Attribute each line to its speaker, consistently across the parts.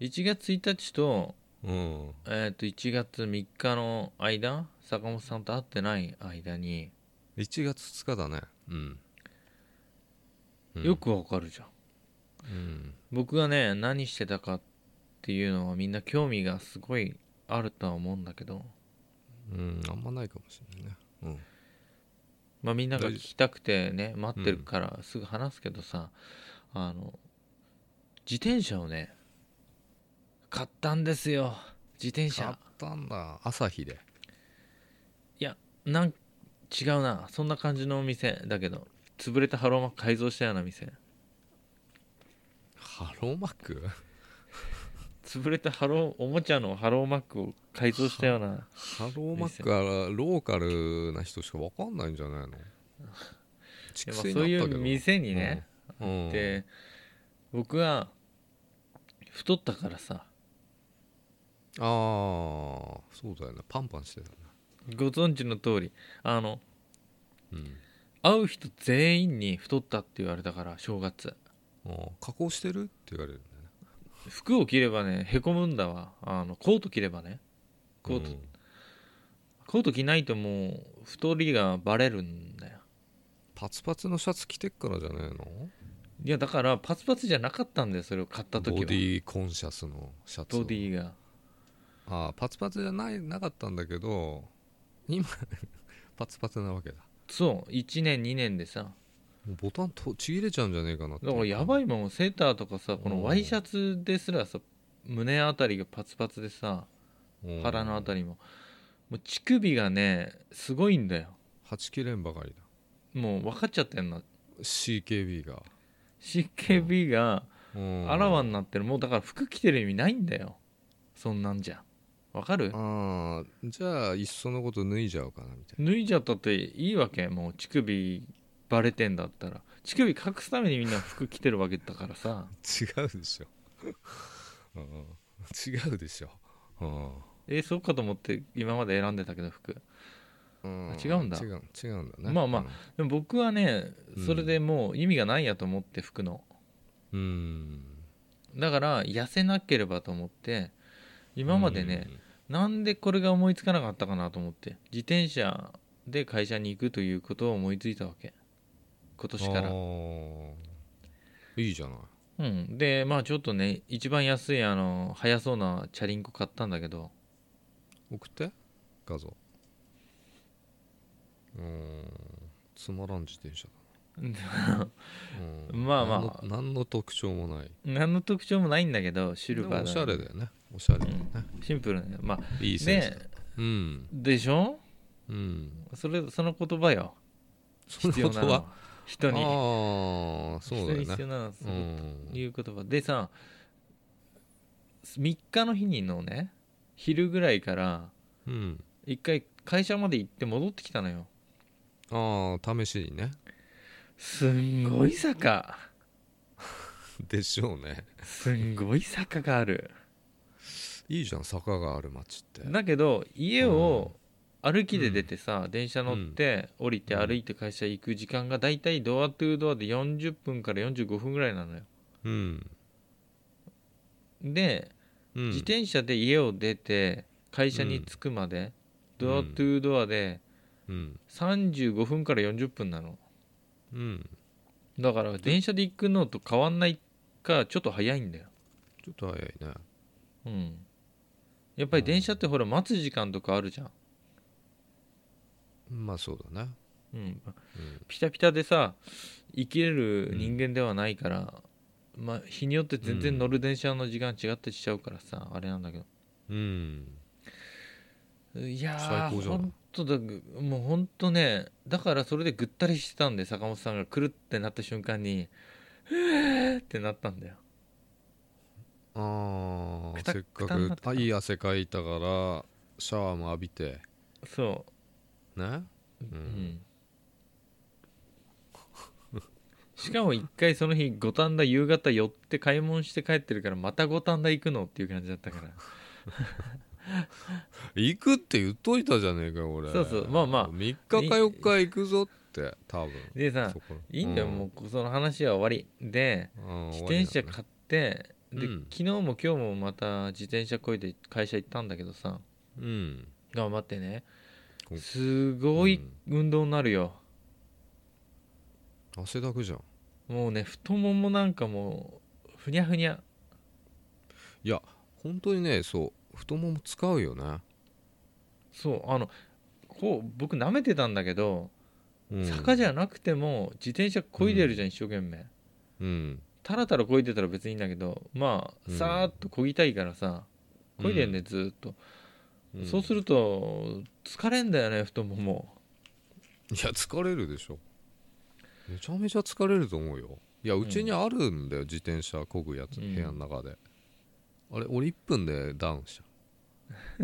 Speaker 1: 1月1日と,、
Speaker 2: うん
Speaker 1: えー、と1月3日の間坂本さんと会ってない間に
Speaker 2: 1月2日だねうん、うん
Speaker 1: よ、くわかるじゃん、
Speaker 2: うん、
Speaker 1: 僕がね何してたかっていうのはみんな興味がすごいあるとは思うんだけど、
Speaker 2: うん、あんまないかもしれないねうん
Speaker 1: まあ、みんなが
Speaker 2: 大丈
Speaker 1: 聞
Speaker 2: 夫
Speaker 1: きたくてね待ってるからすぐ話すけどさ、あの自転車をね買ったんですよ自転
Speaker 2: 買っ
Speaker 1: 車
Speaker 2: たんだ朝日で
Speaker 1: なん違うなそんな感じのお店だけど潰れたハローマック改造したような店
Speaker 2: ハローマック
Speaker 1: 潰れたハローおもちゃのハローマックを改造したような
Speaker 2: ハローマックはローカルな人しか分かんないんじ ゃないの
Speaker 1: い
Speaker 2: 畜
Speaker 1: やまあそう
Speaker 2: 生に
Speaker 1: いう
Speaker 2: なったけど
Speaker 1: 店にね、
Speaker 2: うん
Speaker 1: で僕は太ったからさ
Speaker 2: ああそうだよねパンパンしてたね
Speaker 1: ご存知の通りあの
Speaker 2: うん
Speaker 1: 会う人全員に太ったって言われたから正月
Speaker 2: あー加工してるって言われるんだよね
Speaker 1: 服を着ればねへこむんだわあのコート着ればねコート、
Speaker 2: うん
Speaker 1: コート着ないともう太りがバレるんだよ
Speaker 2: パツパツのシャツ着てっからじゃねえの
Speaker 1: いやだからパツパツじゃなかったんだよそれを買った時は
Speaker 2: ボディーコンシャスのシャツ
Speaker 1: ボディが
Speaker 2: ああパツパツじゃないなかったんだけど今 パツパツなわけだ
Speaker 1: そう1年2年でさ
Speaker 2: もうボタンとちぎれちゃうんじゃねえかなって
Speaker 1: だからやば
Speaker 2: い
Speaker 1: いもんセーターとかさこ
Speaker 2: うん
Speaker 1: のワイシャツですらさ胸あたりがパツパツでさ腹のあた
Speaker 2: り
Speaker 1: りももう乳首がねすごいんだよ
Speaker 2: はち切れんばかりだ
Speaker 1: もう分かっちゃってんの
Speaker 2: CKB が
Speaker 1: CKB があ
Speaker 2: あ
Speaker 1: らわになってるもうだから服着てる意味ないんだよそんなんじゃ分かる
Speaker 2: あーじゃあいっそのこと脱いじゃおうかなみたい
Speaker 1: 脱いじゃったっていいわけもう乳首バレてんだったら乳首隠すためにみんな服着てるわけだからさ
Speaker 2: な違うでしょ うん違うでしょうん
Speaker 1: えーそうかと思って今まで選んでたけど服
Speaker 2: うん
Speaker 1: 違うんだ
Speaker 2: 違う違うんだね
Speaker 1: まあまあでも僕はね
Speaker 2: うん
Speaker 1: それでもう意味がないやと思って服の
Speaker 2: うんうん
Speaker 1: だから痩せなければと思って今までね
Speaker 2: うん
Speaker 1: なんでこれが思いつかなかったかなと思って自転車で会社に行くということを思いついたわけ今年か
Speaker 2: あ
Speaker 1: ら
Speaker 2: ーいいじゃない
Speaker 1: うんでまあちょっとね一番安いあの速そうなチャリンコ買ったんだけど
Speaker 2: 送って画像うーんつまらん自転車だなうん
Speaker 1: まあまあ
Speaker 2: 何の何の特徴もない
Speaker 1: 何の特徴もないんだけどシ
Speaker 2: で
Speaker 1: ルバー
Speaker 2: も
Speaker 1: だ
Speaker 2: おしゃれだよねおしゃれだよね、
Speaker 1: シンプルねまあ
Speaker 2: いいセンス
Speaker 1: で
Speaker 2: だうん
Speaker 1: でしょ
Speaker 2: うん
Speaker 1: それその言葉よ
Speaker 2: その
Speaker 1: 必要
Speaker 2: こと
Speaker 1: なの
Speaker 2: は
Speaker 1: は人に
Speaker 2: ああそうだよ
Speaker 1: 人に必要
Speaker 2: ね
Speaker 1: なのはそうの
Speaker 2: ん
Speaker 1: いう言葉でさ3日の日にのね昼ぐらいから
Speaker 2: うん
Speaker 1: 一回会社まで行って戻ってきたのよ
Speaker 2: ああ試しにね
Speaker 1: すんごい坂
Speaker 2: でしょうね
Speaker 1: すんごい坂がある
Speaker 2: いいじゃん坂がある街って
Speaker 1: だけど家を歩きで出てさ、電車乗って降りて
Speaker 2: うん
Speaker 1: 歩いて会社行く時間がだいたいドアトゥードアで40分から45分ぐらいなのよ
Speaker 2: うん、
Speaker 1: で、
Speaker 2: うん、
Speaker 1: 自転車で家を出て会社に着くまで、ドアトゥードアで
Speaker 2: うん
Speaker 1: 35分から40分なの
Speaker 2: うん
Speaker 1: だから電車で行くのと変わんないかちょっと早いんだよ
Speaker 2: ちょっと早いね
Speaker 1: うんやっぱり電車ってほら待つ時間とかあるじゃん、
Speaker 2: まあそうだね
Speaker 1: うん、
Speaker 2: うん
Speaker 1: ピタピタでさ生きれる人間ではないから、まあ日によって全然乗る電車の時間違ってしちゃうからさ、あれなんだけ
Speaker 2: うん
Speaker 1: どいやー
Speaker 2: 最高じゃない
Speaker 1: ほんとだもうほんとねだからそれでぐったりしてたんで坂本さんが来るってなった瞬間に「えーってなったんだよ
Speaker 2: あ
Speaker 1: く
Speaker 2: あ
Speaker 1: た
Speaker 2: せっ
Speaker 1: く
Speaker 2: か
Speaker 1: たになっ
Speaker 2: く
Speaker 1: てた
Speaker 2: あいい汗かいたからシャワーも浴びて
Speaker 1: そ
Speaker 2: ね
Speaker 1: う、
Speaker 2: う
Speaker 1: うん
Speaker 2: ん、
Speaker 1: しかも一回その日五反田夕方寄って買い物して帰ってるからまた五反田行くのっていう感じだったから
Speaker 2: 行くって言っといたじゃねえかよ俺
Speaker 1: そうそうまあまあ
Speaker 2: 3日か4日行くぞって多分
Speaker 1: でさ
Speaker 2: そこ
Speaker 1: いいんだよ、
Speaker 2: うん
Speaker 1: もうその話は終わりで
Speaker 2: あー
Speaker 1: 自
Speaker 2: 終わ
Speaker 1: 転
Speaker 2: りだ
Speaker 1: 車
Speaker 2: ね
Speaker 1: 買ってで、
Speaker 2: うん
Speaker 1: 昨日も今日もまた自転車こいで会社行ったんだけどさ
Speaker 2: うん
Speaker 1: 頑張ってね
Speaker 2: お
Speaker 1: すごい運動になるよ、
Speaker 2: 汗だくじゃん
Speaker 1: もうね太ももなんかもうふにゃふにゃ
Speaker 2: いや本当にねそう太もも使うよね、
Speaker 1: そうあのこう僕舐めてたんだけど、
Speaker 2: うん、
Speaker 1: 坂じ
Speaker 2: ゃ
Speaker 1: ゃなくても自転車こいでるじゃん、一生懸命
Speaker 2: うん
Speaker 1: たらたらこいでたら別にいいんだけどまあ
Speaker 2: うん
Speaker 1: さーっとこぎたいからさ、こいでんねずーっと、そうす
Speaker 2: る
Speaker 1: ると疲れんだよね太もも
Speaker 2: いや疲れるでしょめちゃめちゃ疲れると思うよいやうちにあるんだよ、自転車こぐやつ
Speaker 1: う
Speaker 2: 部
Speaker 1: ん
Speaker 2: 屋の中で、あれ俺1分でダウンした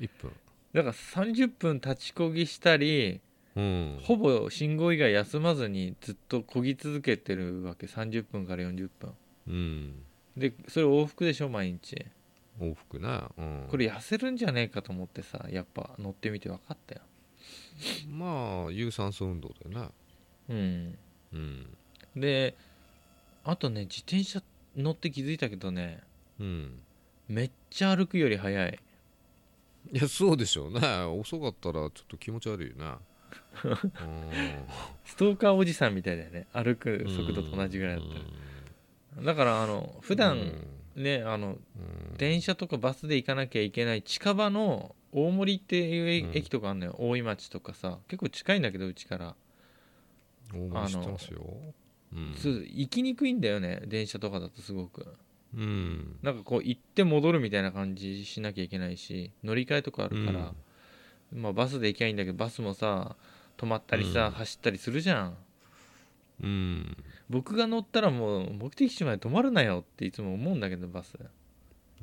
Speaker 2: 1分
Speaker 1: だから30分立ちこぎしたり
Speaker 2: うん
Speaker 1: ほぼ信号以外休まずにずっとこぎ続けてるわけ30分から40分
Speaker 2: うん
Speaker 1: でそれ往復でしょ毎日
Speaker 2: 往復ね、うん、
Speaker 1: これ痩せるんじゃねえかと思ってさやっぱ乗ってみて分かったよ
Speaker 2: まあ有酸素運動だよね
Speaker 1: うん
Speaker 2: うん
Speaker 1: であとね自転車乗って気づいたけどね
Speaker 2: うん
Speaker 1: めっちゃ歩くより早い
Speaker 2: いやそうでしょうね遅かったらちょっと気持ち悪いよねうん
Speaker 1: ストーカーおじさんみたいだよね歩く 速度と同じぐらいだったら、だからあの普段ねあの電車とかバスで行かなきゃいけない近場の大森っていう
Speaker 2: うん
Speaker 1: 駅とかあんのよ、大井町とかさ結構近いんだけどうちから、
Speaker 2: 大盛り知ってますようん
Speaker 1: そう行きにくいんだよね電車とかだとすごく
Speaker 2: うん
Speaker 1: なんかこう行って戻るみたいな感じしなきゃいけないし乗り換えとかあるから、まあ、バスで行きゃいいんだけどバスもさ止まったりさ、
Speaker 2: うん
Speaker 1: 走ったりするじゃん
Speaker 2: うん
Speaker 1: 僕が乗ったらもう目的地まで止まるなよっていつも思うんだけどバス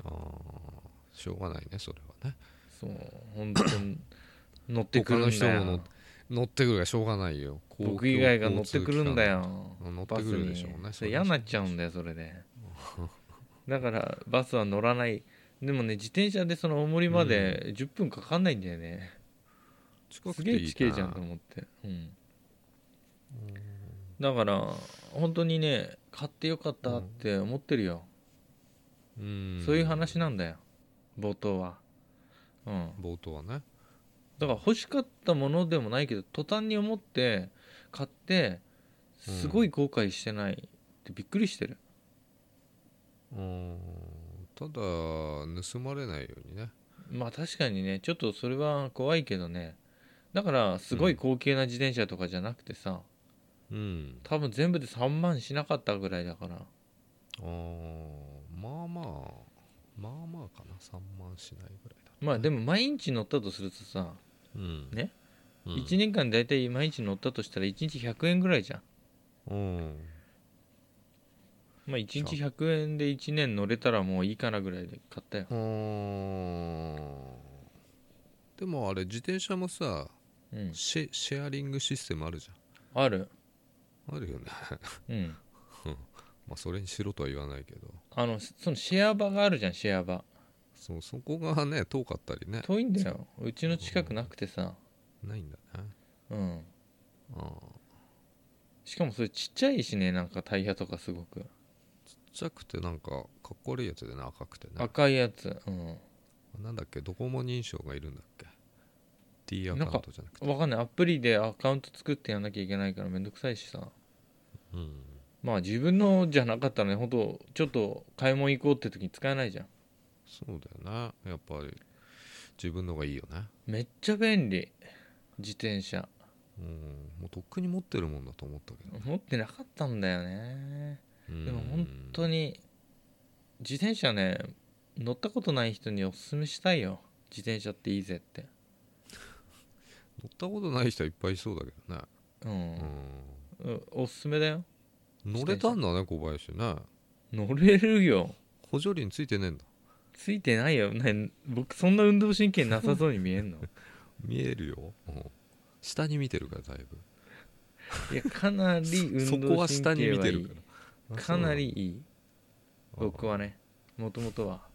Speaker 2: あーしょうがないねそれはね
Speaker 1: そう本当に乗ってくるんだ
Speaker 2: 他の人も乗
Speaker 1: よ
Speaker 2: っ乗ってくるがしょうがないよ公共
Speaker 1: 僕以外が乗ってくるんだよ
Speaker 2: 交通機関乗って
Speaker 1: バス
Speaker 2: くるで
Speaker 1: に
Speaker 2: しょうね
Speaker 1: それ嫌になっちゃうんだよそれ でだからバスは乗らないでもね自転車でその大森まで10分かかんないんだよね、
Speaker 2: 近
Speaker 1: す
Speaker 2: く
Speaker 1: げ
Speaker 2: て
Speaker 1: え
Speaker 2: いい
Speaker 1: 地形じゃんと思って、うん、だから本当にね買ってよかったって思ってるよ、
Speaker 2: うん
Speaker 1: そういう話なんだよ冒頭はうん
Speaker 2: 冒頭はね
Speaker 1: だから欲しかったものでもないけど途端に思って買ってすごい後悔してないってびっくりしてる、
Speaker 2: うんただ盗まれないようにね
Speaker 1: まあ確かにねちょっとそれは怖いけどねだからすごい高級な自転車とかじゃなくてさ、
Speaker 2: うん
Speaker 1: 多分全部で3万しなかったぐらいだから
Speaker 2: あーまあまあまあまあかな3万しないぐらいだ
Speaker 1: まあでも毎日乗ったとするとさ、
Speaker 2: うん
Speaker 1: ね、
Speaker 2: うん、
Speaker 1: 1年間だいたい毎日乗ったとしたら1日100円ぐらいじゃん
Speaker 2: うん
Speaker 1: まあ1日100円で1年乗れたらもういいかなぐらいで買ったよ
Speaker 2: うーんでもあれ自転車もさ
Speaker 1: うん
Speaker 2: シェシェアリングシステムあるじ
Speaker 1: ある
Speaker 2: ゃんあるよね
Speaker 1: うん
Speaker 2: まあそれにしろとは言わないけど
Speaker 1: あのそのシェア場があるじゃんシェア場
Speaker 2: そうそこがね遠かったりね
Speaker 1: 遠いんだようちの近くなくてさ
Speaker 2: ないんだね
Speaker 1: うん
Speaker 2: あー
Speaker 1: しかもそれちっちゃいしねなんかタイヤとかすごく
Speaker 2: ちっちゃくてなんかかっこ悪いやつでね赤くてね
Speaker 1: 赤いやつうん
Speaker 2: なんだっけドコモ認証がいるんだっけ D アカウントじゃなくて
Speaker 1: わかんないアプリでアカウント作ってやんなきゃいけないからめんどくさいしさ
Speaker 2: うん
Speaker 1: まあ自分のじゃなかったらねほんとちょっと買い物行こうって時に使えないじゃん
Speaker 2: そうだよねやっぱり自分のがいいよね
Speaker 1: めっちゃ便利自転車
Speaker 2: うんもうとっくに持ってるもんだと思ったけど、
Speaker 1: 持ってなかったんだよね
Speaker 2: うん、
Speaker 1: でも本当に自転車ね乗ったことない人におすすめしたいよ自転車っていいぜって
Speaker 2: 乗ったことない人はいっぱいいそうだけどね、
Speaker 1: う
Speaker 2: う
Speaker 1: ん、う
Speaker 2: ん
Speaker 1: んおすすめだよ
Speaker 2: 乗れたんだね小林ね
Speaker 1: 乗れるよ
Speaker 2: 補助輪ついてねえんだ
Speaker 1: ついてないよ、ね、僕そんな運動神経なさそうに見えん の
Speaker 2: 見えるよ、うん下に見てるからだいぶ
Speaker 1: いやかなり
Speaker 2: そ
Speaker 1: 運
Speaker 2: そこ
Speaker 1: 動
Speaker 2: は
Speaker 1: 神
Speaker 2: 下に
Speaker 1: 経
Speaker 2: 見
Speaker 1: は
Speaker 2: て
Speaker 1: い
Speaker 2: る
Speaker 1: い
Speaker 2: からあ
Speaker 1: かなり
Speaker 2: そ
Speaker 1: いいう
Speaker 2: なんだ
Speaker 1: 僕はねもともとは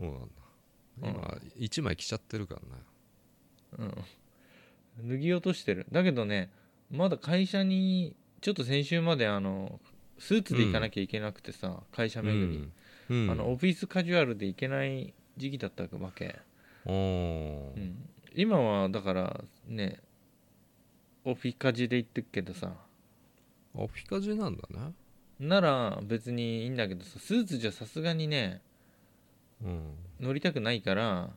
Speaker 2: そうなんだ今1枚着ちゃってるからね
Speaker 1: うん脱ぎ落としてるだけどねまだ会社にちょっと先週まであのスーツで行かなきゃいけなくてさ、会社
Speaker 2: う
Speaker 1: 巡り、
Speaker 2: んうん
Speaker 1: あのオフィスカジュアルで行けない時期だったわけ、
Speaker 2: あー
Speaker 1: うん、今はだからねオフィカジで行ってくけどさ
Speaker 2: オフィカジなんだね
Speaker 1: なら別にいいんだけどさスーツじゃさすがにね
Speaker 2: うん
Speaker 1: 乗りたくないから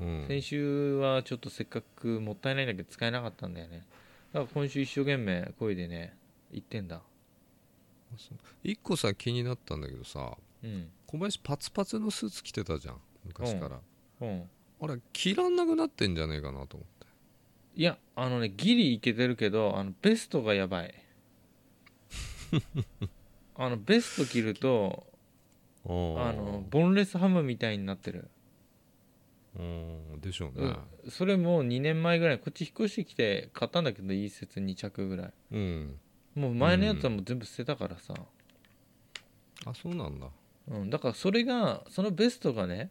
Speaker 2: うん
Speaker 1: 先週はちょっとせっかくもったいないんだけど使えなかったんだよねだから今週一生懸命声でね行ってんだ
Speaker 2: 一個さ気になったんだけどさ
Speaker 1: うん
Speaker 2: 小林パツパツのスーツ着てたじゃん昔から、
Speaker 1: うん
Speaker 2: あれ着らんなくなってんじゃねえかなと思って
Speaker 1: いやあのねギリいけてるけどあのベストがやば いあのベスト着ると
Speaker 2: あ
Speaker 1: あのボンレスハムみたいになってる
Speaker 2: うんでしょう
Speaker 1: う
Speaker 2: ね
Speaker 1: んそれも2年前ぐらいこっち引っ越してきて買ったんだけどいい説2着ぐらい
Speaker 2: うん、
Speaker 1: もう前のやつはもう全部捨てたからさ、
Speaker 2: あそうなんだ
Speaker 1: うんだからそれがそのベストがね、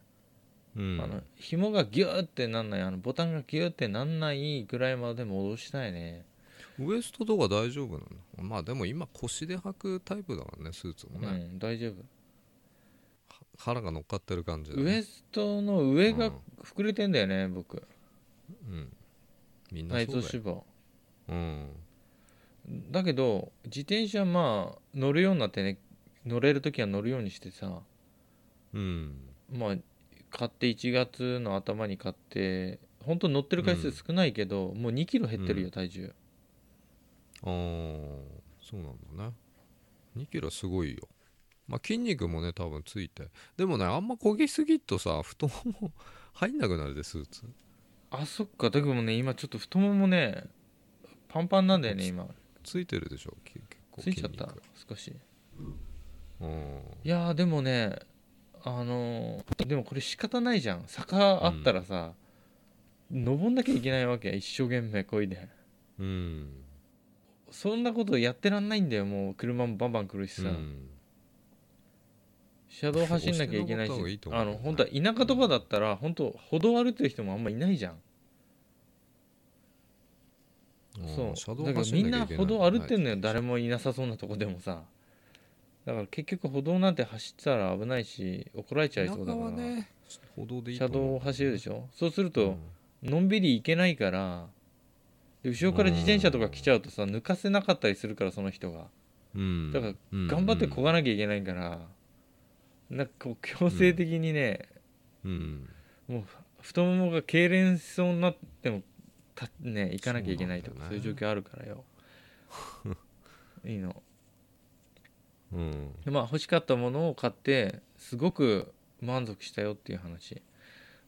Speaker 2: うん
Speaker 1: あの紐がギューってなんないあのボタンがギューってなんないぐらいまで戻したいね
Speaker 2: ウエストとか大丈夫なのまあでも今腰で履くタイプだからねスーツもね、
Speaker 1: うん大丈夫
Speaker 2: 腹が乗っかってる感じで、
Speaker 1: ウエ
Speaker 2: ね、
Speaker 1: ストの上
Speaker 2: う
Speaker 1: が
Speaker 2: ん
Speaker 1: 膨れてんだよね、僕
Speaker 2: うんみんな
Speaker 1: 内臓
Speaker 2: そうだよ
Speaker 1: 脂肪
Speaker 2: うん
Speaker 1: だけど自転車まあ乗るようになってね乗れる時は乗るようにしてさ
Speaker 2: うん
Speaker 1: まあ買って1月の頭に買って本当乗ってる回数少ないけど、もう2キロ減ってるよ
Speaker 2: うん
Speaker 1: 体重、
Speaker 2: あーそうなんだね2キロすごいよまあ筋肉もね多分ついてでもねあんま焦げすぎっとさ太もも 入んなくなるでスーツ
Speaker 1: あそっかだけどね今ちょっと太ももねパンパンなんだよね今
Speaker 2: ついてるでしょき結構
Speaker 1: ついちゃった
Speaker 2: 筋
Speaker 1: 少し
Speaker 2: 肉うん
Speaker 1: いやーでもねあのーでもこれ仕方ないじゃん坂あったらさ、登んなきゃいけないわけ一生懸命こいで
Speaker 2: うん
Speaker 1: そんなことやってらんないんだよもう車もバンバン来るし
Speaker 2: う
Speaker 1: さ、
Speaker 2: ん
Speaker 1: 車道走んなきゃいけないし
Speaker 2: 押して登った方がいいと思う
Speaker 1: あ
Speaker 2: けど
Speaker 1: の
Speaker 2: ね
Speaker 1: 本当は田舎とかだったら本当歩道歩いてる人もあんまいないじゃん
Speaker 2: あ
Speaker 1: そ
Speaker 2: ー車道
Speaker 1: うだから
Speaker 2: 走
Speaker 1: みん
Speaker 2: んなきゃ
Speaker 1: ない
Speaker 2: けい
Speaker 1: 歩道歩ってんのよ
Speaker 2: はい
Speaker 1: 誰もいなさそうなとこでもさだから結局歩道なんて走ったら危ないし怒られちゃいそうだ
Speaker 2: 田舎
Speaker 1: か
Speaker 2: は
Speaker 1: ら、
Speaker 2: ね歩道でいいと
Speaker 1: 車
Speaker 2: 思う
Speaker 1: 道を走るでしょそうする
Speaker 2: う
Speaker 1: と
Speaker 2: ん
Speaker 1: のんびり行けないからで後ろから自転車とか来ちゃうとさ抜かせなかったりするからその人が
Speaker 2: うん
Speaker 1: だから
Speaker 2: うん
Speaker 1: 頑張ってこがなきゃいけないからなんかこう強制的にね、
Speaker 2: うん
Speaker 1: もう太ももが痙攣しそうになってもたね行かなきゃいけないとか
Speaker 2: そうなん
Speaker 1: そう,、
Speaker 2: だよね
Speaker 1: いう状況あるから よいいの
Speaker 2: うん
Speaker 1: でまあ欲しかったものを買ってすごく満足したよっていう話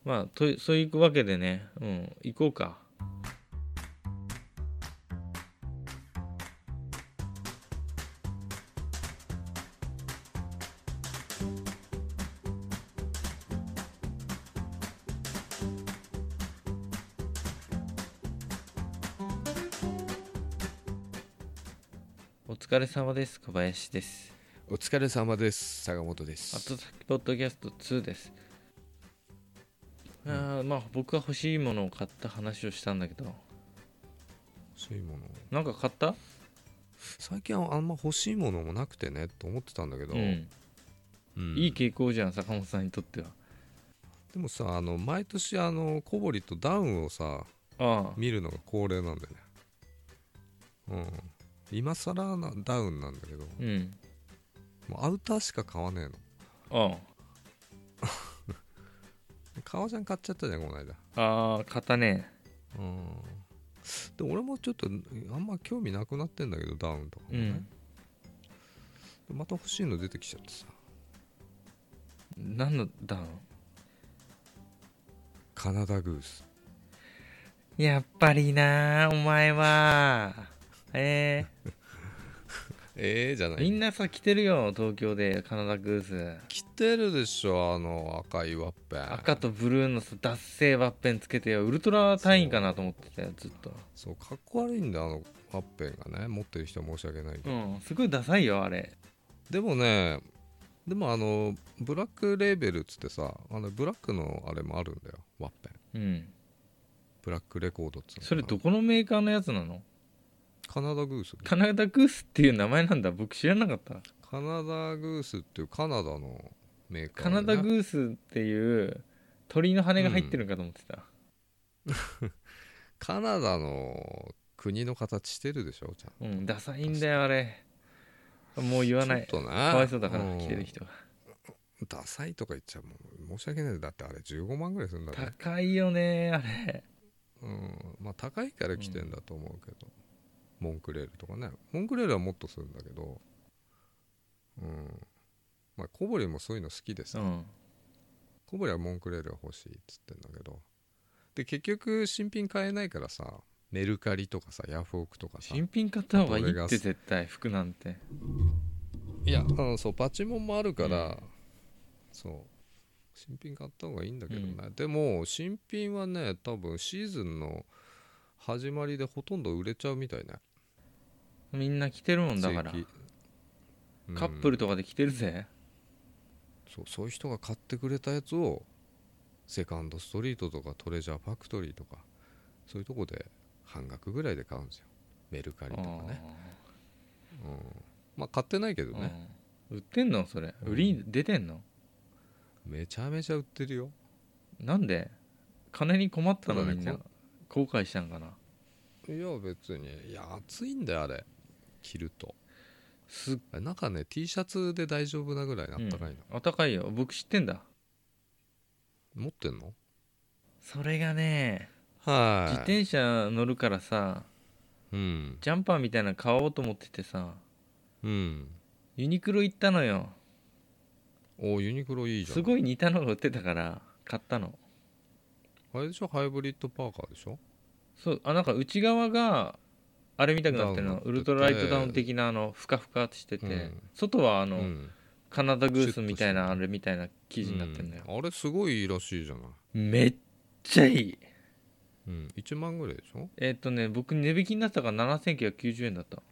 Speaker 1: まあとそういうわけでねうん行こうかお疲れ様です小林です
Speaker 2: お疲れ様です坂本です
Speaker 1: 後先ポッドキャスト2です、あーまあ僕が欲しいものを買った話をしたんだけど
Speaker 2: そういうもの
Speaker 1: なんか買った
Speaker 2: 最近はあんま欲しいものもなくてねと思ってたんだけど、
Speaker 1: うん、
Speaker 2: うん
Speaker 1: いい傾向じゃん坂本さんにとっては
Speaker 2: でもさあの毎年あの小堀とダウンをさ
Speaker 1: ああ
Speaker 2: 見るのが恒例なんだよねうん今更なダウンなんだけど
Speaker 1: うん
Speaker 2: もうアウターしか買わねえの
Speaker 1: あ
Speaker 2: 革ジャン買っちゃったじゃんこの間
Speaker 1: あああ買ったね
Speaker 2: うんで俺もちょっとあんま興味なくなってんだけどダウンとかも
Speaker 1: う
Speaker 2: ね
Speaker 1: ん、
Speaker 2: でまた欲しいの出てきちゃってさ
Speaker 1: 何のダウン
Speaker 2: カナダグース
Speaker 1: やっぱりなお前はえ
Speaker 2: ええじゃ
Speaker 1: え
Speaker 2: ない
Speaker 1: みんなさ着てるよ東京でカナダグース
Speaker 2: 着てるでしょあの赤いワッペン
Speaker 1: 赤とブルーのさ脱製ワッペンつけてよウルトラ単位かなと思ってたよずっと
Speaker 2: そうかっこ悪いんだあのワッペンがね持ってる人は申し訳ないけど、
Speaker 1: うんすごいダサいよあれ
Speaker 2: でもねでもあのブラックレーベルっつってさあのブラックのあれもあるんだよワッペン
Speaker 1: うん
Speaker 2: ブラックレコードっつうの
Speaker 1: それどこのメーカーのやつなの
Speaker 2: カナダグース
Speaker 1: カナダグースっていう名前なんだ僕知らなかった
Speaker 2: カナダグースっていうカナダのメーカー
Speaker 1: カナダグ
Speaker 2: ー
Speaker 1: ースっていう鳥の羽が入ってるんかと思ってた、
Speaker 2: カナダの国の形してるでしょちゃん
Speaker 1: うんダサいんだよあれもう言わない
Speaker 2: ちょっとな
Speaker 1: かわいそうだから
Speaker 2: ん
Speaker 1: 着てる人が
Speaker 2: ダサいとか言っちゃもう申し訳ないだってあれ15万ぐらいするんだね
Speaker 1: 高いよねあれ
Speaker 2: うんまあ高いから来てんだと思うけど、モンクレールとかねモンクレールはもっとするんだけどうんまあ小堀もそういうの好きで
Speaker 1: う
Speaker 2: さ、
Speaker 1: ん
Speaker 2: 小堀はモンクレールが欲しいっつってんだけどで結局新品買えないからさメルカリとかさヤフオクとかさ
Speaker 1: 新品買った方がいいって絶対服なんて
Speaker 2: いやあのそうパチモンもあるから、そう新品買った方がいいんだけどね、でも新品はね多分シーズンの始まりでほとんど売れちゃうみたいね
Speaker 1: みんな着てるもんだから
Speaker 2: 正規うん
Speaker 1: カップルとかで着てるぜ
Speaker 2: そうそういう人が買ってくれたやつをセカンドストリートとかトレジャーファクトリーとかそういうとこで半額ぐらいで買うんですよメルカリとかね、うん、まあ買ってないけど
Speaker 1: うん
Speaker 2: ね、
Speaker 1: うん売ってんのそれ売りに出てんの
Speaker 2: めちゃめちゃ売ってるよ
Speaker 1: なんで金に困ったの
Speaker 2: ただね
Speaker 1: みんな後
Speaker 2: こ
Speaker 1: 悔したんかない
Speaker 2: や別にいや暑いんだよあれ着ると
Speaker 1: すっ
Speaker 2: あれ中ね T シャツで大丈夫なぐらいあったかいの、
Speaker 1: あったかいよ僕知ってんだ
Speaker 2: 持ってんの
Speaker 1: それがね
Speaker 2: はい
Speaker 1: 自転車乗るからさ
Speaker 2: うん
Speaker 1: ジャンパーみたいなの買おうと思っててさ
Speaker 2: うん
Speaker 1: ユニクロ行ったのよ
Speaker 2: おユニクロいいじゃん
Speaker 1: すごい似たのが売ってたから買ったの
Speaker 2: あれでしょハイブリッドパーカーでしょ
Speaker 1: そうあなんか内側があれみたくなってる
Speaker 2: ダ
Speaker 1: の
Speaker 2: ウンになってて
Speaker 1: ウルトラライトダウン的なあのふかふかってしてて、
Speaker 2: うん
Speaker 1: 外はあの、
Speaker 2: うん
Speaker 1: カナダグースみたい
Speaker 2: シュッと
Speaker 1: な
Speaker 2: し
Speaker 1: あれみたいな生地になってんだよ、
Speaker 2: うんあれすごいいいらしいじゃない、
Speaker 1: めっちゃいい
Speaker 2: うん、1万ぐらいでしょ
Speaker 1: えっ、とね僕値引きになってたから7990円だった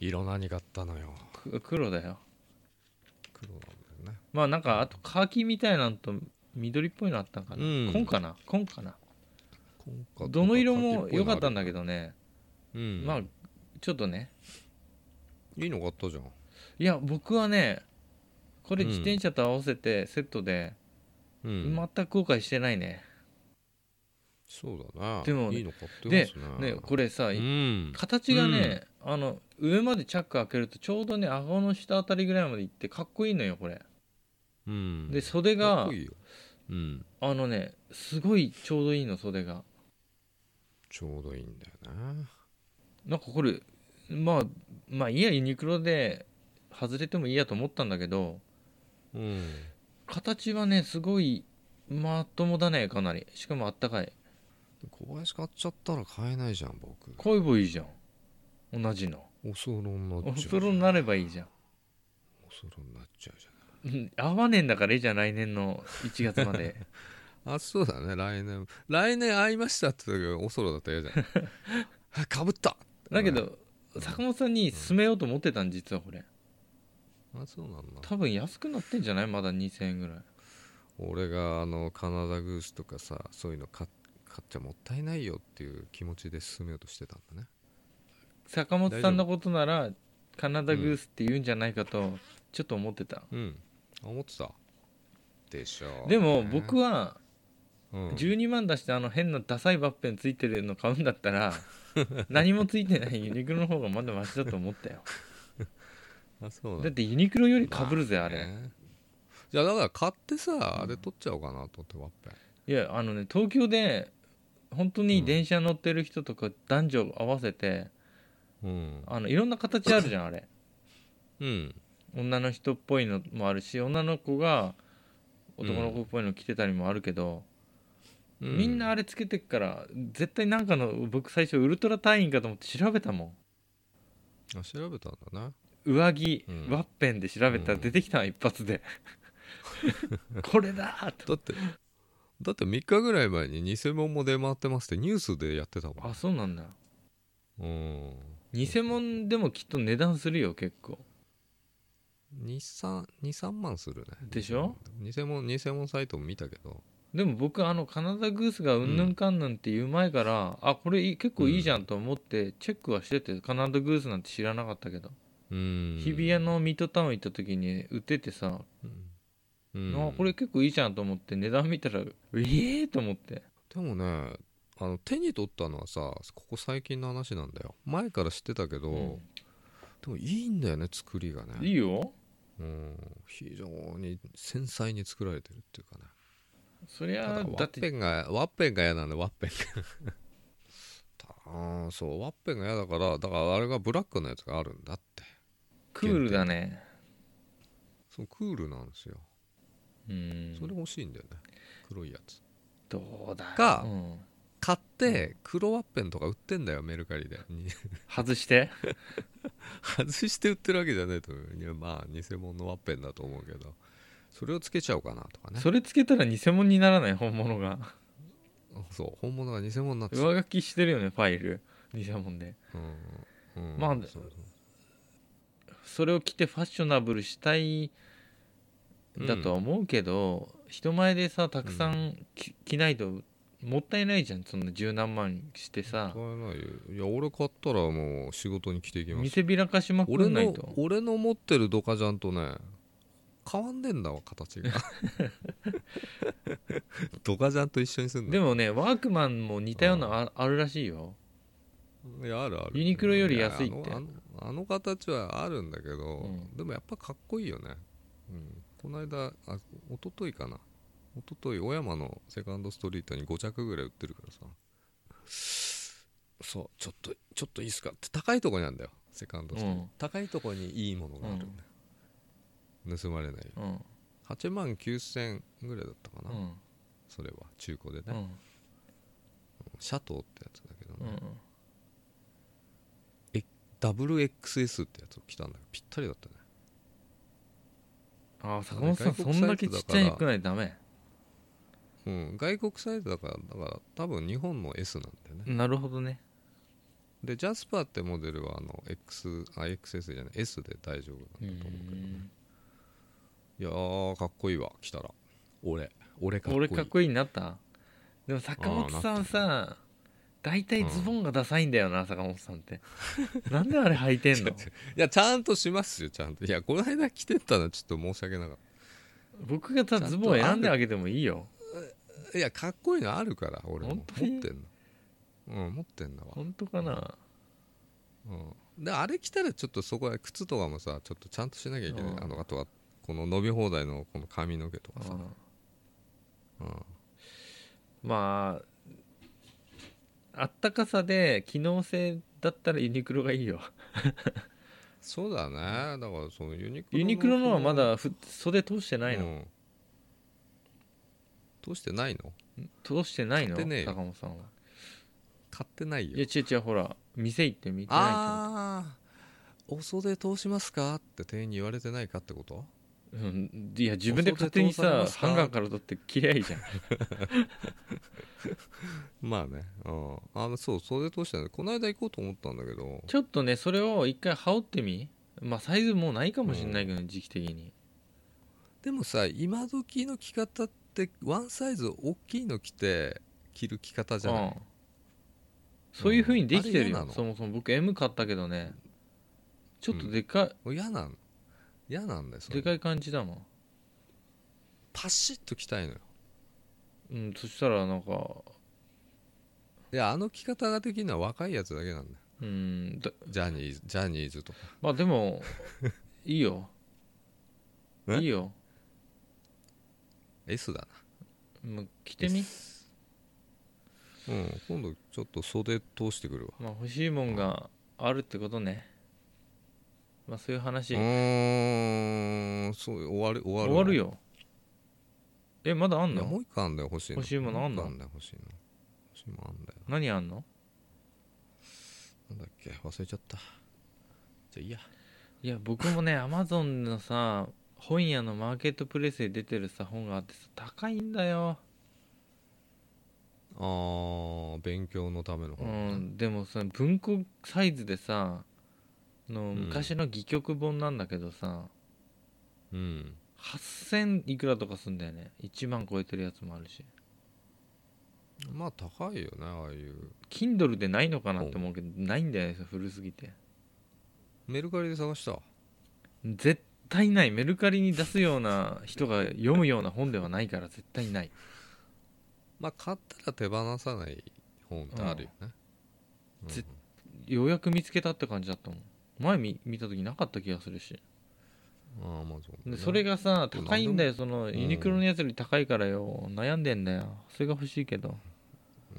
Speaker 2: 色何買ったのよ
Speaker 1: く黒だよ
Speaker 2: 黒なんだよね
Speaker 1: まあなんかあとカーキみたいなんと緑っぽいのあったんかな、
Speaker 2: うん
Speaker 1: 紺かな紺かな
Speaker 2: 今回
Speaker 1: どの色も良かったん
Speaker 2: だ
Speaker 1: だけどね
Speaker 2: うん
Speaker 1: まあちょっとね
Speaker 2: いいの買ったじゃん
Speaker 1: いや僕はねこれ自転車と合わせてセットで
Speaker 2: うん、
Speaker 1: 全く後悔してないね、
Speaker 2: そうだな
Speaker 1: でも
Speaker 2: いいの買ってますね
Speaker 1: ねこれさ、
Speaker 2: うん
Speaker 1: 形がね、あの上までチャック開けるとちょうどね顎の下あたりぐらいまで行ってかっこいいのよこれ
Speaker 2: うん
Speaker 1: で袖
Speaker 2: かっ
Speaker 1: が
Speaker 2: こいいようん
Speaker 1: あのねすごいちょうどいいの袖が
Speaker 2: ちょうどいいんだよな
Speaker 1: なんかこれまあまあいいやユニクロで外れてもいいやと思ったんだけど
Speaker 2: うん
Speaker 1: 形はねすごいまともだねかなりしかもあったかい
Speaker 2: 小林買っちゃったら買えないじゃん僕
Speaker 1: 買えばいいじゃん同じの
Speaker 2: おそろになっ
Speaker 1: お
Speaker 2: ちゃう
Speaker 1: 風呂になればいいじゃん
Speaker 2: おそろになっちゃうじゃ
Speaker 1: うん合わねえんだからいいじゃん来年の1月ま で
Speaker 2: んあそうだね来年来年会いましたって言ったけどおそろだったら 嫌じゃんかぶった
Speaker 1: だけど坂本さんに勧めようと思ってたん実はこれ
Speaker 2: あそうなんだ
Speaker 1: 多分安くなってんじゃないまだ2000円ぐらい
Speaker 2: 俺があのカナダグースとかさそういうの買っ買っちゃもったいないよっていう気持ちで進めようとしてたんだね
Speaker 1: 坂本さんのことならカナダグースって言うんじゃないかとちょっと思ってた、
Speaker 2: うんあ思ってたでしょうね、
Speaker 1: でも僕は
Speaker 2: うん、
Speaker 1: 12万出してあの変なダサいバッペンついてるの買うんだった ら何もついてないユニクロの方がまだマシだと思ったよ
Speaker 2: あそう
Speaker 1: だ
Speaker 2: だ
Speaker 1: ってユニクロよりかぶるぜあれ
Speaker 2: ねじゃあだから買ってさあれ取っちゃおうかなと思ってワッペン
Speaker 1: いやあのね東京で本当に電車乗ってる人とか男女合わせて
Speaker 2: うん、
Speaker 1: あのいろんな形あるじゃんあれ
Speaker 2: うん、
Speaker 1: 女の人っぽいのもあるし女の子が男の子っぽいの着てたりもあるけど、みんなあ
Speaker 2: れ
Speaker 1: れつけてっから絶対なんかの僕最初ウルトラ隊員かと思って調べたも
Speaker 2: あ調べたんだな、
Speaker 1: ん上着、
Speaker 2: うん
Speaker 1: ワッペンで調べた
Speaker 2: う
Speaker 1: ら
Speaker 2: ん
Speaker 1: 出てきたの一発 でこれだーと
Speaker 2: だってだって3日ぐらい前に偽物も出回ってますってニュースでやってたもん
Speaker 1: あそうなんだ
Speaker 2: うん
Speaker 1: 偽物でもきっと値段するよ結構
Speaker 2: 23万するね
Speaker 1: でしょ
Speaker 2: 偽物偽物サイトも見たけど
Speaker 1: でも僕あのカナダグースがうんぬんかんぬんって言う前から、あこれいい結構いいじゃんと思ってチェックはしててカナダグースなんて知らなかったけど
Speaker 2: うん
Speaker 1: 日比谷のミッドタウン行った時に売っててさ、
Speaker 2: うん
Speaker 1: あこれ結構いいじゃんと思って値段見たらええー、と思って
Speaker 2: でもねあの手に取ったのはさここ最近の話なんだよ前から知ってたけど、
Speaker 1: うん
Speaker 2: でもいいんだよね作りが
Speaker 1: い
Speaker 2: ね、
Speaker 1: いよ
Speaker 2: うん、非常に繊細に作られてるっていうかね
Speaker 1: そり
Speaker 2: ただ
Speaker 1: ゃ
Speaker 2: ワ
Speaker 1: だっ
Speaker 2: ッペ
Speaker 1: て
Speaker 2: ンがワッペンが嫌なんでワッペンがあーそうワッペンが嫌だからだからあれがブラックのやつがあるんだって
Speaker 1: クールだね
Speaker 2: そうクールなんですよ
Speaker 1: うん
Speaker 2: それ欲しいんだよね黒いやつ
Speaker 1: どうだ
Speaker 2: か
Speaker 1: うん
Speaker 2: 買って黒ワッペンとか売ってんだよメルカリで
Speaker 1: 外して
Speaker 2: 外して売ってるわけじゃないと思ういやまあ偽物のワッペンだと思うけどそれをつけちゃおうかなとかね
Speaker 1: それつけたら偽物にならない本物が
Speaker 2: そう本物が偽物になって
Speaker 1: 上書きしてるよねファイル偽物で
Speaker 2: うんうん
Speaker 1: まあ
Speaker 2: そう
Speaker 1: それを着てファッショナブルしたいだとは思うけど、人前でさたくさんき着ないともったいないじゃんそんな十何万してさ
Speaker 2: 買えないよいや俺買ったらもう仕事に着ていきます
Speaker 1: 見せびらかしまく
Speaker 2: 俺
Speaker 1: んな
Speaker 2: の
Speaker 1: いと
Speaker 2: 俺の持ってるドカジャンとね変わんねえんだわ 形がドカジャンと一緒にすんの
Speaker 1: でもねワークマンも似たようなああるらしいよ
Speaker 2: いやあるある
Speaker 1: ユニクロより安いって
Speaker 2: やあのあのあの形はあるんだけど、
Speaker 1: うん
Speaker 2: でもやっぱかっこいいよね、うん、この間あ一昨日かな一昨日小山のセカンドストリートに5着ぐらい売ってるからさそうちょっとちょっといいっすかって高いとこにあるんだよセカンドストリート、
Speaker 1: うん
Speaker 2: 高いとこにいいものがあるんだよ、盗まれないよ
Speaker 1: うん
Speaker 2: 8万9000ぐらいだったか
Speaker 1: う
Speaker 2: な、
Speaker 1: ん
Speaker 2: それは中古で
Speaker 1: う
Speaker 2: ね、
Speaker 1: ん
Speaker 2: シャトーってやつだけど
Speaker 1: う
Speaker 2: ね、
Speaker 1: ん
Speaker 2: WXS ってやつを着たんだけどぴったりだったね
Speaker 1: あー坂本さん
Speaker 2: 外
Speaker 1: そ
Speaker 2: 国
Speaker 1: ん
Speaker 2: サ
Speaker 1: だ
Speaker 2: イ
Speaker 1: け
Speaker 2: ズだから
Speaker 1: ちっちゃいくないとダメ
Speaker 2: うん、外国サイズだからだから多分日本の S なんだよね、
Speaker 1: なるほどね
Speaker 2: でジャスパーってモデルはあの X あ XS じゃない S で大丈夫なんだと思うけどねいやーかっこいいわ来たら俺俺かっこい
Speaker 1: 俺
Speaker 2: い
Speaker 1: かっこいいになったでも坂本さんさ大体ズボンがダサいんだよな、坂本さんって なんであれ履いてんの
Speaker 2: いやちゃんとしますよちゃんといやこの間着てったのはちょっと申し訳なかっ
Speaker 1: 僕がさズボン選んであげてもいいよ
Speaker 2: たいやかっこいいのあるから俺
Speaker 1: 本
Speaker 2: も持
Speaker 1: 当に
Speaker 2: ってんのうん持ってんだわ、
Speaker 1: 本当かな
Speaker 2: うん、であれ着たらちょっとそこは靴とかもさちょっとちゃんとしなきゃいけない
Speaker 1: うん
Speaker 2: あのあとはこの伸び放題のこの髪の毛とかさ、
Speaker 1: うん
Speaker 2: うん
Speaker 1: まああったかさで機能性だったらユニクロがいいよ
Speaker 2: そうだねだからそのユニクロ
Speaker 1: ユニクロのはまだふ袖通してないの、
Speaker 2: うんどうしてないの
Speaker 1: 通してないの
Speaker 2: 買ってねえよ
Speaker 1: 坂本さんは
Speaker 2: 買ってないよ
Speaker 1: いや違う違うほら店行って見てな
Speaker 2: ああお袖通しますかって店員に言われてないかってこと
Speaker 1: いと思う、うん、いや自分で勝手に
Speaker 2: お袖通され
Speaker 1: さ
Speaker 2: ますか
Speaker 1: ハンガーから取って切りゃいいじゃん
Speaker 2: まあねうんあのそう袖通してないこの間行こうと思ったんだけど
Speaker 1: ちょっとねそれを一回羽織ってみまあサイズもうないかもしれないけど、時期的に
Speaker 2: でもさ今時の着方ってワンサイズ大きいの着て着る着方じゃない、
Speaker 1: うんそういうふうにできてる
Speaker 2: あれ嫌な
Speaker 1: よ
Speaker 2: の
Speaker 1: そもそも僕 M 買ったけどねちょっとでかい、
Speaker 2: もう嫌なん嫌なんだよそれ
Speaker 1: でかい感じだもん
Speaker 2: パシッと着たいのよ
Speaker 1: うんそしたらなんか
Speaker 2: いやあの着方ができるのは若いやつだけなんだよ
Speaker 1: うんだ
Speaker 2: ジャニーズジャニーズとか
Speaker 1: まあで もいいよ
Speaker 2: え
Speaker 1: いいよ
Speaker 2: S だな
Speaker 1: もう着てみ、
Speaker 2: うん、今度ちょっと袖通してくるわ
Speaker 1: まあ、欲しいもんがあるってことねまあそういう話
Speaker 2: うーんそう終わる終わる
Speaker 1: 終わる
Speaker 2: よ
Speaker 1: よえまだあん
Speaker 2: いや
Speaker 1: の
Speaker 2: もう一個あんだよ欲しいの
Speaker 1: 欲しいものあんの
Speaker 2: もう一個だよ欲しいの欲しいものあんだよ
Speaker 1: 何あんの
Speaker 2: なんだっけ忘れちゃったじゃあいいや
Speaker 1: いや僕もねアマゾンのさ本屋のマーケットプレイスで出てるさ本があってさ高いんだよ
Speaker 2: あー勉強のための
Speaker 1: う
Speaker 2: 本、
Speaker 1: んでもさ文庫サイズでさの
Speaker 2: ん
Speaker 1: 昔の戯曲本なんだけどさ、
Speaker 2: うん
Speaker 1: 8000いくらとかすんだよね1万超えてるやつもあるし
Speaker 2: まあ高いよねああいう
Speaker 1: Kindle でないのかなって思うけどないんだよね古すぎて
Speaker 2: メルカリで探した
Speaker 1: 絶対ないメルカリに出すような人が読むような本ではないから絶対ない
Speaker 2: まあ買ったら手放さない本ってあるよね、うん
Speaker 1: ぜようやく見つけたって感じだったもん前見見た時なかった気がするし
Speaker 2: ああまあそう、
Speaker 1: でそれ
Speaker 2: が
Speaker 1: がさ
Speaker 2: でも
Speaker 1: 高いんだよそ
Speaker 2: な
Speaker 1: の
Speaker 2: んでも
Speaker 1: ユニクロのやつより高いからよ悩んでんだよそれが欲しいけど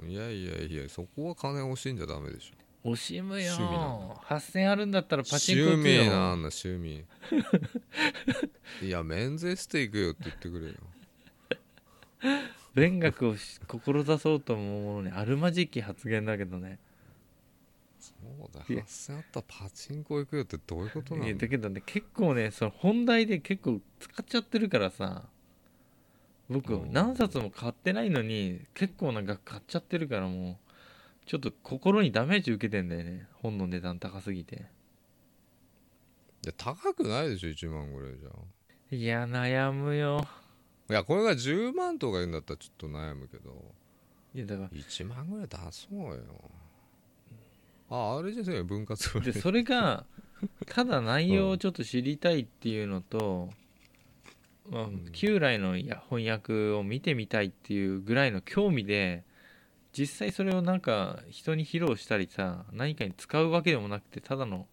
Speaker 2: いやいやいやそこは金欲しいんじゃダメでしょ
Speaker 1: 惜しむよ
Speaker 2: 趣味なん
Speaker 1: 8000あるんだったらパチンコ
Speaker 2: 趣
Speaker 1: 行く
Speaker 2: 味な
Speaker 1: よ
Speaker 2: んだ趣味 いや免税していくよって言ってくれよ
Speaker 1: 勉学をし志そうと思うものにあるまじき発言だけどね
Speaker 2: そうだ
Speaker 1: いや
Speaker 2: 8000あったらパチンコ行くよってどういうことない
Speaker 1: や
Speaker 2: んだ
Speaker 1: だけどね結構ねその本題で結構使っちゃってるからさ僕
Speaker 2: うん
Speaker 1: 何冊も買ってないのに結構な額買っちゃってるからもうちょっと心にダメージ受けてんだよね本の値段高すぎて
Speaker 2: いや高くないでしょ1万ぐらいじゃん
Speaker 1: いや悩むよ
Speaker 2: いやこれが10万とか言うんだったらちょっと悩むけど
Speaker 1: いやだか
Speaker 2: 1万ぐらい出そうよああれですよ分割
Speaker 1: らでそれがただ内容をちょっと知りたいっていうのと、まあ
Speaker 2: ん、
Speaker 1: 旧来のいや翻訳を見てみたいっていうぐらいの興味で実際それをなんか人に披露したりさ何かに使うわけでもなくてただの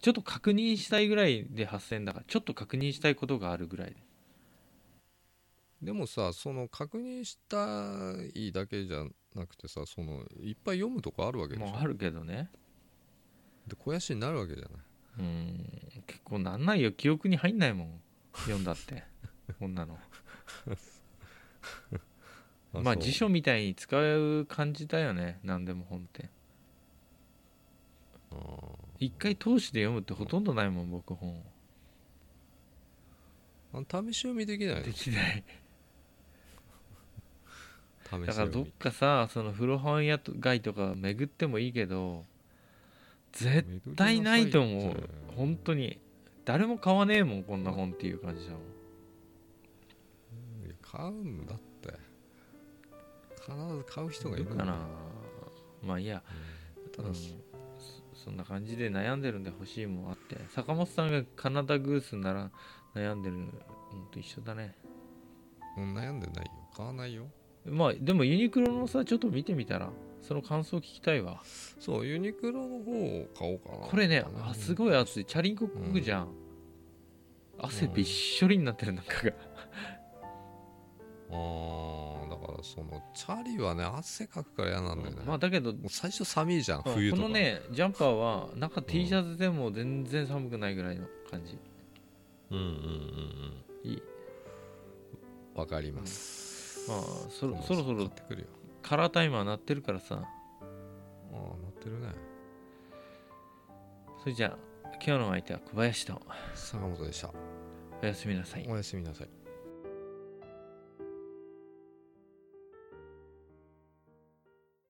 Speaker 1: ちょっと確認したいぐらいで8000だからちょっと確認したいことがあるぐらいで
Speaker 2: でもさその確認したいだけじゃなくてさそのいっぱい読むとこあるわけでし
Speaker 1: も
Speaker 2: ょ
Speaker 1: うあるけどね
Speaker 2: で肥やしになるわけじゃない
Speaker 1: うん結構なんないよ記憶に入んないもん読んだってこんなのまあ
Speaker 2: そう
Speaker 1: 辞書みたいに使う感じだよね何でも本って
Speaker 2: あ
Speaker 1: 一回通しで読むってほとんどないもん僕本を
Speaker 2: ー試し読みできないの
Speaker 1: で
Speaker 2: 試し
Speaker 1: きない
Speaker 2: 読み
Speaker 1: だからどっかさその風呂本屋街とか巡ってもいいけど絶対ないと思
Speaker 2: 巡りなさ
Speaker 1: う
Speaker 2: いって
Speaker 1: 本当に誰も買わねえもんこんな本っていう感じだもん
Speaker 2: いや買うんだって必ず買う人がいる
Speaker 1: ど
Speaker 2: ん
Speaker 1: う
Speaker 2: だ
Speaker 1: か
Speaker 2: よ
Speaker 1: なまあいいや
Speaker 2: ただ
Speaker 1: うんそそんな感じで悩んでるんで欲しいもんあって坂本さんがカナダグースなら悩んでるのと一緒だね
Speaker 2: うん悩んでないよ買わないよ
Speaker 1: まあでもユニクロのさちょっと見てみたらその感想聞きたいわ
Speaker 2: そうユニクロの方を買おうかな
Speaker 1: これね
Speaker 2: うん
Speaker 1: あすごい暑いチャリンコこぐじゃん、汗びっしょりになってる中が
Speaker 2: あーだからそのチャリはね汗かくから嫌なんだよね、
Speaker 1: まあだけど
Speaker 2: もう最初寒いじゃん
Speaker 1: うん
Speaker 2: 冬とか
Speaker 1: このねジャンパーは中 T シャツでも全然寒くないぐらいの感じ
Speaker 2: うんうんうん
Speaker 1: いい
Speaker 2: うんわかります、
Speaker 1: まあそろそろそ
Speaker 2: 買
Speaker 1: ろ
Speaker 2: ってくるよ
Speaker 1: カラータイマー鳴ってるからさ
Speaker 2: ああなってるね
Speaker 1: それじゃあ今日のお相手は小林と
Speaker 2: 坂本でした
Speaker 1: おやすみなさい
Speaker 2: おやすみなさい